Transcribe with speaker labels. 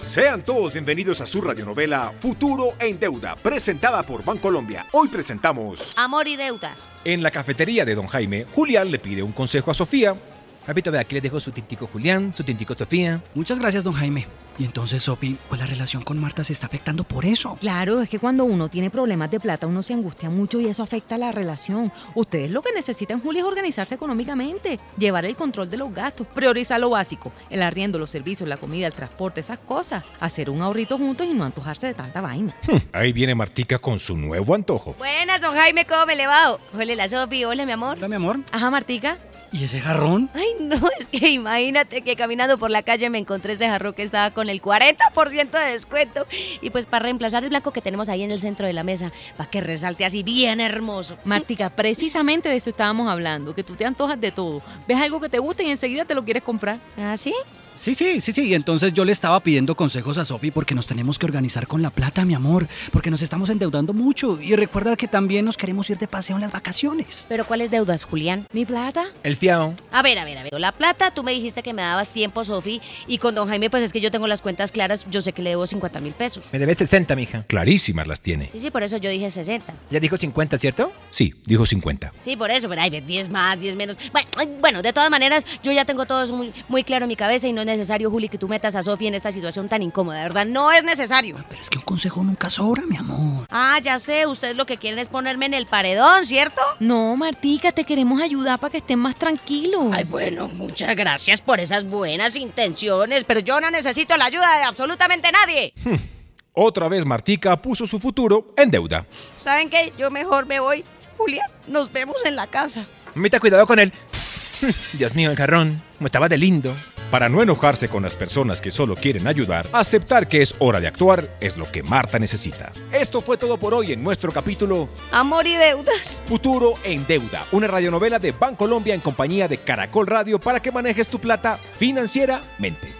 Speaker 1: Sean todos bienvenidos a su radionovela Futuro en Deuda, presentada por Bancolombia. Hoy presentamos...
Speaker 2: Amor y deudas.
Speaker 1: En la cafetería de Don Jaime, Julián le pide un consejo a Sofía.
Speaker 3: Papito, vea, aquí les dejo su tintico Julián, su tintico Sofía.
Speaker 4: Muchas gracias, don Jaime. Y entonces, Sofi, pues la relación con Marta se está afectando por eso.
Speaker 5: Claro, es que cuando uno tiene problemas de plata, uno se angustia mucho y eso afecta a la relación. Ustedes lo que necesitan, Juli, es organizarse económicamente, llevar el control de los gastos, priorizar lo básico, el arriendo, los servicios, la comida, el transporte, esas cosas, hacer un ahorrito juntos y no antojarse de tanta vaina.
Speaker 1: Hmm, Ahí viene Martica con su nuevo antojo.
Speaker 2: Buenas, don Jaime, ¿cómo me le va? Hola, la Sofi, hola, mi amor.
Speaker 4: Hola, mi amor.
Speaker 5: Ajá, Martica.
Speaker 4: ¿Y ese jarrón?
Speaker 2: Ay, no, es que imagínate que caminando por la calle me encontré este jarrón que estaba con el 40% de descuento. Y pues para reemplazar el blanco que tenemos ahí en el centro de la mesa, para que resalte así bien hermoso.
Speaker 5: Martica, precisamente de eso estábamos hablando, que tú te antojas de todo. Ves algo que te gusta y enseguida te lo quieres comprar.
Speaker 2: ¿Ah, sí?
Speaker 4: Sí, sí, sí, sí. Y entonces yo le estaba pidiendo consejos a Sofi porque nos tenemos que organizar con la plata, mi amor. Porque nos estamos endeudando mucho. Y recuerda que también nos queremos ir de paseo en las vacaciones.
Speaker 2: ¿Pero cuáles deudas, Julián?
Speaker 5: ¿Mi plata?
Speaker 3: El fiado.
Speaker 2: A ver, a ver, a ver. La plata, tú me dijiste que me dabas tiempo, Sofi. Y con don Jaime, pues es que yo tengo las cuentas claras. Yo sé que le debo 50 mil pesos.
Speaker 3: Me debes 60, mija.
Speaker 1: Clarísimas las tiene.
Speaker 2: Sí, sí, por eso yo dije 60.
Speaker 3: Ya dijo 50, ¿cierto?
Speaker 1: Sí, dijo 50.
Speaker 2: Sí, por eso, pero hay 10 más, 10 menos. Bueno, ay, Bueno, de todas maneras, yo ya tengo todo eso muy, muy claro en mi cabeza y no es necesario, Juli, que tú metas a Sofi en esta situación tan incómoda, ¿verdad? No es necesario.
Speaker 4: Pero es que un consejo nunca sobra, mi amor.
Speaker 2: Ah, ya sé, ustedes lo que quieren es ponerme en el paredón, ¿cierto?
Speaker 5: No, Martica, te queremos ayudar para que estén más tranquilos.
Speaker 2: Ay, bueno, muchas gracias por esas buenas intenciones, pero yo no necesito la ayuda de absolutamente nadie.
Speaker 1: Otra vez Martica puso su futuro en deuda.
Speaker 2: ¿Saben qué? Yo mejor me voy. Julián, nos vemos en la casa.
Speaker 3: Mita, cuidado con él. Dios mío, el jarrón. Como estaba de lindo.
Speaker 1: Para no enojarse con las personas que solo quieren ayudar, aceptar que es hora de actuar es lo que Marta necesita. Esto fue todo por hoy en nuestro capítulo
Speaker 2: Amor y deudas.
Speaker 1: Futuro en Deuda, una radionovela de Bancolombia en compañía de Caracol Radio para que manejes tu plata financieramente.